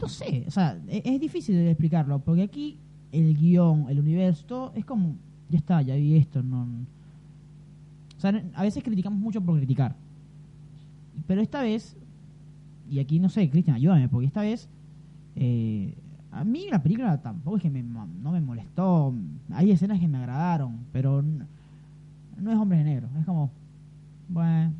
B: No sé, o sea, e- es, difícil de explicarlo porque aquí el guión, el universo, todo es como. Ya está, ya vi esto. No, o sea, no- a veces criticamos mucho por criticar. Pero esta vez. Y aquí no sé, Cristian, ayúdame, porque esta vez eh, a mí la película tampoco es que me, mo- no me molestó. Hay escenas que me agradaron, pero n- no, es Hombres de Negro. Es como, bueno.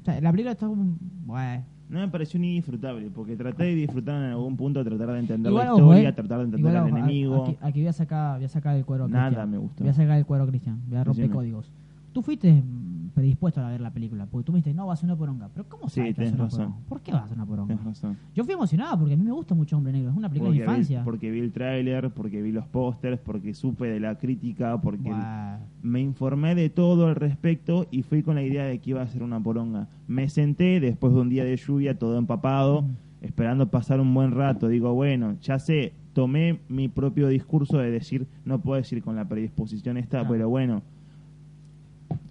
B: O sea, la película está como, bueno.
C: No me pareció ni disfrutable, porque traté de disfrutar en algún punto, tratar de entender
B: Igual,
C: la
B: ojo,
C: historia,
B: eh.
C: tratar de entender
B: Igual,
C: al
B: ojo, a-
C: enemigo.
B: Aquí, aquí voy, a sacar, voy a sacar el cuero. a
C: Nada
B: Cristian.
C: me gustó.
B: Voy a sacar el cuero, a Cristian. Voy a romper
C: Decime.
B: códigos. Tú fuiste mm, predispuesto a ver la película, porque tú me dijiste, no, va a ser una poronga. Pero ¿cómo
C: Sí,
B: sabes que va a ser
C: tenés
B: una
C: razón.
B: poronga? ¿Por qué va a ser una poronga?
C: Tienes razón.
B: Yo fui emocionado porque a mí me gusta mucho Hombre Negro, es una película de mi
C: vi,
B: infancia.
C: porque vi el tráiler, porque vi los pósters, porque supe de la crítica, porque
B: Buah.
C: me informé de todo al respecto y fui con la idea de que iba a ser una poronga. Me senté después de un día de lluvia, todo
B: Mm.
C: empapado, esperando pasar un buen rato. Digo, bueno, ya sé, tomé mi propio discurso de decir, no puedo decir con la predisposición esta,
B: Claro.
C: pero bueno.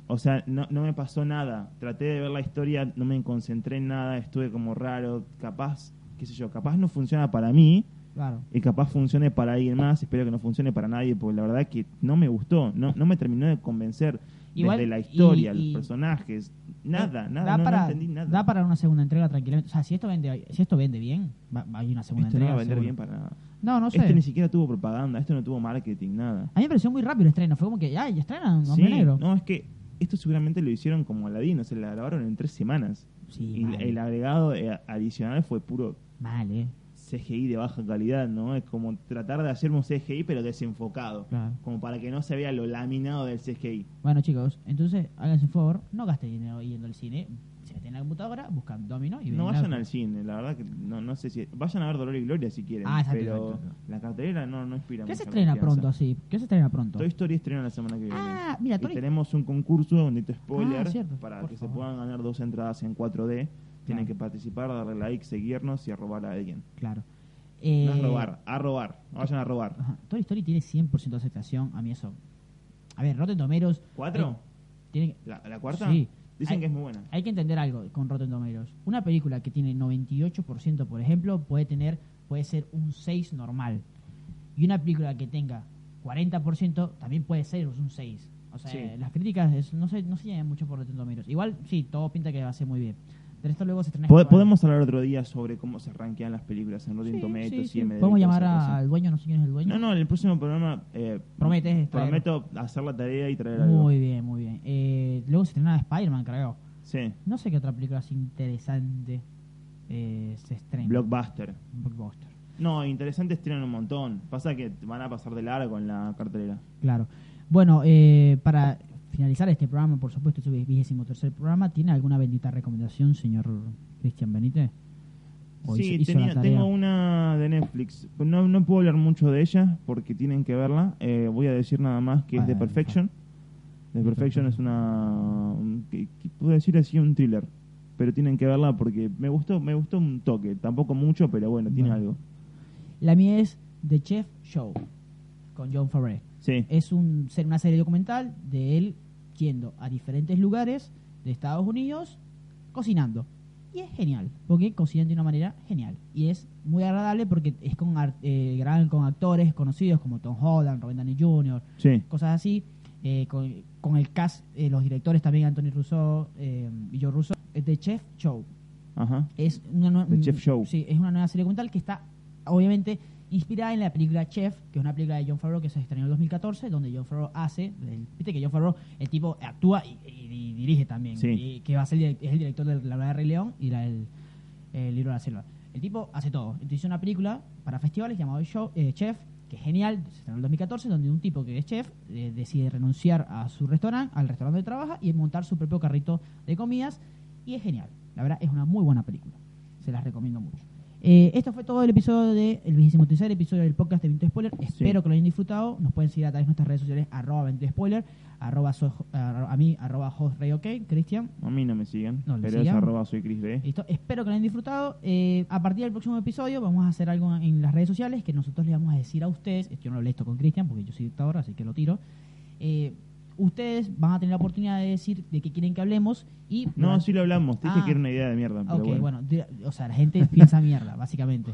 C: O sea, no, no me pasó nada. Traté de ver la historia, no me concentré en nada, estuve como raro, capaz, qué sé yo, capaz no funciona para mí,
B: Claro.
C: y capaz funcione para alguien más, espero que no funcione para nadie, porque la verdad que no me gustó, no, no me terminó de convencer
B: Igual,
C: desde la historia,
B: y- y-
C: los personajes, nada,
B: Eh,
C: nada,
B: da
C: no, no
B: para,
C: entendí nada.
B: Da para una segunda entrega tranquilamente. O sea, si esto vende, si esto vende bien, va, va- hay una segunda
C: Esto no
B: entrega.
C: va a vender
B: seguro.
C: bien para nada.
B: No, no sé.
C: Este ni siquiera tuvo propaganda, esto no tuvo marketing, nada.
B: A mí me pareció muy rápido el estreno. Fue como que, ay, ya estrenan Hombre
C: Sí,
B: Negro.
C: No, es que esto seguramente lo hicieron como Aladino, se la grabaron en tres semanas.
B: Sí,
C: Y
B: mal,
C: el agregado eh, adicional fue puro
B: mal, eh.
C: CGI de baja calidad, ¿no? Es como tratar de hacer un CGI pero desenfocado,
B: Claro.
C: como para que no se vea lo laminado del CGI.
B: Bueno, chicos, entonces háganse un favor, no gasten dinero yendo al cine. Se meten en la computadora, buscan Domino y pues. ven
C: No
B: la-
C: vayan al cine, la verdad que no, no sé si... Vayan a ver Dolor y Gloria si quieren,
B: Ah, exacto,
C: pero
B: exacto, exacto.
C: la cartelera no, no inspira
B: ¿Qué se
C: mucha
B: estrena
C: confianza.
B: pronto así? ¿Qué se estrena pronto?
C: Toy Story estrena la semana que viene.
B: Ah, mira,
C: y
B: Toy-
C: tenemos un concurso, un dito spoiler,
B: Ah, cierto,
C: para
B: por
C: que se
B: favor.
C: puedan ganar dos entradas en 4D. Tienen
B: Claro.
C: que participar, darle like, seguirnos y arrobar a alguien.
B: Claro. Eh,
C: No es robar, a robar. No vayan a robar.
B: Ajá. Toy Story tiene 100% de aceptación. A mí eso. A ver, Rotten Tomatoes.
C: ¿Cuatro?
B: eh, tiene,
C: ¿La, la cuarta?
B: Sí.
C: Dicen
B: Ay-
C: que es muy buena.
B: Hay que entender algo con Rotten Tomatoes. Una película que tiene 98%, por ejemplo, puede tener puede ser un 6 normal. Y una película que tenga 40% también puede ser un 6. O sea,
C: Sí.
B: las críticas es- no se no se llenan mucho por Rotten Tomatoes. Igual sí, todo pinta que va a ser muy bien. Pero esto luego se estrena en
C: Pod-
B: Canadá.
C: podemos hablar otro día sobre cómo se rankean las películas en Rotten
B: Sí,
C: Tomatoes
B: sí, sí.
C: IMDb y
B: Podemos
C: toda
B: llamar
C: esa cosa.
B: a- al dueño, no sé quién es el dueño.
C: No, no, en el próximo programa eh,
B: Prometes traer-
C: prometo hacer la tarea y traer algo.
B: Muy bien, muy bien. Eh, luego se estrena Spider-Man, creo.
C: Sí,
B: No sé qué otra película así interesante eh, se estrena.
C: blockbuster.
B: Blockbuster.
C: No, interesantes tienen un montón. Pasa que van a pasar de largo en la cartelera.
B: Claro. Bueno, eh, para finalizar este programa, por supuesto, su vigésimo tercer programa, ¿tiene alguna bendita recomendación, señor Cristian Benítez? ¿O
C: sí,
B: hizo- hizo
C: tenía-
B: la tarea?
C: tengo una de Netflix. No, no puedo hablar mucho de ella porque tienen que verla. Eh, voy a decir nada más que es
B: Bueno,
C: The Perfection. The Perfection es una... un- que- que puedo decir así un thriller. Pero tienen que verla porque me gustó, me gustó un toque. Tampoco mucho, pero bueno, tiene
B: Bueno.
C: algo.
B: La mía es The Chef Show, con John Favreau.
C: Sí.
B: Es un, ser- una serie documental de él yendo a diferentes lugares de Estados Unidos cocinando. Y es genial, porque cocinan de una manera genial. Y es muy agradable porque es con, ar- eh, graban con actores conocidos como Tom Holland, Robert Downey Jr.,
C: sí.
B: cosas así. eh, con, con el cast, eh, los directores también, Anthony Russo eh, y Joe Russo. Eh, The Chef Show.
C: Ajá.
B: Es una nueva,
C: The Chef Show.
B: Sí, es una nueva serie documental que está, obviamente, inspirada en la película Chef, que es una película de John Favreau que se estrenó en el 2014, donde John Favreau hace, el- viste que John Favreau, el tipo actúa y, y- y dirige también,
C: Sí.
B: y que va a ser direc- es el director de La Hora de Rey León y la, el, el libro de la selva. El tipo hace todo. Entonces hizo una película para festivales llamado Show- eh, Chef, que es genial, se estrenó en el 2014, donde un tipo que es chef eh, decide renunciar a su restaurante, al restaurante donde trabaja, y montar su propio carrito de comidas, y es genial. La verdad, es una muy buena película. Se las recomiendo mucho. Eh, esto fue todo el episodio de el vigésimo tercer episodio del podcast de Vinto Spoiler. Espero que lo hayan disfrutado. Nos pueden seguir a través de nuestras redes sociales, arroba Vinto Spoiler, arroba, so- arroba- a mí, arroba hostreyok, Cristian.
C: A mí no me siguen,
B: No, le
C: pero
B: sigan.
C: es arroba soy Chris B.
B: Listo. Espero que lo hayan disfrutado. Eh, a partir del próximo episodio vamos a hacer algo en las redes sociales que nosotros le vamos a decir a ustedes. Yo no hablé esto con Cristian porque yo soy dictador, así que lo tiro. Eh, ustedes van a tener la oportunidad de decir de qué quieren que hablemos y...
C: No, sí lo hablamos. Te dije
B: Ah.
C: que era una idea de mierda, pero
B: Ok, bueno,
C: bueno.
B: de- o sea, la gente piensa mierda, básicamente.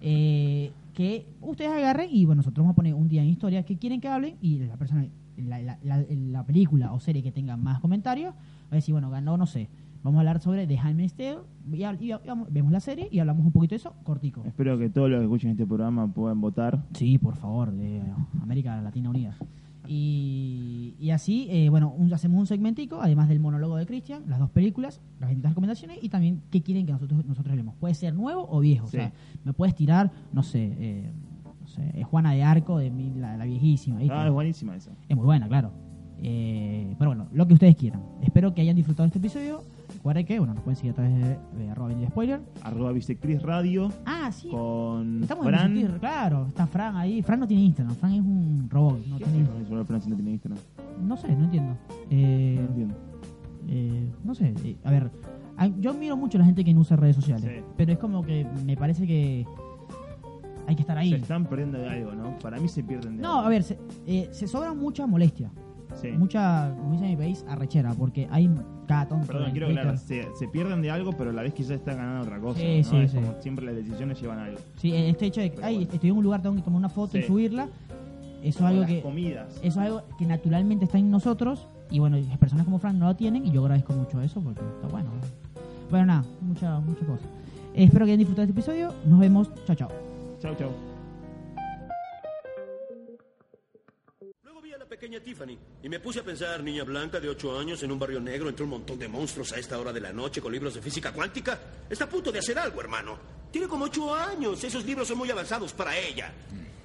B: Eh, que ustedes agarren y bueno, nosotros vamos a poner un día en historia que quieren que hablen y la persona, la, la- la- la película o serie que tenga más comentarios, va a decir, bueno, ganó, no sé. Vamos a hablar sobre The Handmaid's Tale y, hab- y hab- vemos la serie y hablamos un poquito de eso, cortico.
C: Espero que todos los que escuchen este programa puedan votar.
B: Sí, por favor, de América Latina Unida. Y, y así, eh, bueno, un- hacemos un segmentico, además del monólogo de Cristian, las dos películas, las distintas recomendaciones y también qué quieren que nosotros nosotros leemos. Puede ser nuevo o viejo. O
C: Sí.
B: sea, me puedes tirar, no sé, eh, no sé, eh, Juana de Arco, de mi- la, la viejísima. ¿viste?
C: Ah, es buenísima esa.
B: Es muy buena, claro. Eh, Eh, pero bueno, lo que ustedes quieran. Espero que hayan disfrutado este episodio. Recuerden que, bueno, nos pueden seguir a través de, de arroba Vinil spoiler.
C: Arroba Bisectriz Radio
B: Ah, sí.
C: con
B: Estamos en
C: Fran.
B: discutir, claro. Está Fran ahí. Fran no tiene Instagram. Fran es un robot. No, Eh,
C: ¿Qué
B: tiene-
C: hace con el celular Fran si no tiene Instagram?
B: no sé, no entiendo. Eh,
C: No entiendo.
B: eh, no sé, eh, a ver, a- yo miro mucho a la gente que no usa redes sociales,
C: Sí.
B: pero es como que me parece que hay que estar ahí.
C: Se están perdiendo de algo, ¿no? Para mí se pierden de
B: No,
C: algo.
B: a ver, se, eh, se sobra mucha molestia,
C: Sí.
B: mucha, como dice mi país, arrechera, porque hay cada tonto.
C: Perdón,
B: en
C: quiero
B: Twitter.
C: aclarar. Se, se pierden de algo, pero a la vez quizás están ganando otra cosa.
B: Sí,
C: ¿no?
B: sí,
C: Es
B: sí.
C: como siempre las decisiones llevan a algo.
B: Sí, este hecho de que,
C: Pero
B: ay,
C: bueno.
B: estoy en un lugar, tengo que tomar una foto y
C: Sí.
B: subirla, eso es
C: Como
B: algo
C: las
B: que...
C: comidas.
B: Eso es algo que naturalmente está en nosotros y bueno, las personas como Frank no lo tienen y yo agradezco mucho eso porque está bueno. Bueno, nada, muchas muchas cosas. Espero que hayan disfrutado este episodio. Nos vemos. Chao, chao.
C: Chau, chau.
D: Luego vi a la pequeña Tiffany y me puse a pensar, niña blanca de 8 años en un barrio negro entre un montón de monstruos a esta hora de la noche con libros de física cuántica. Está a punto de hacer algo, hermano. Tiene como 8 años. Esos libros son muy avanzados para ella.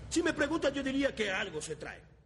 D: Si me preguntan, yo diría que algo se trae.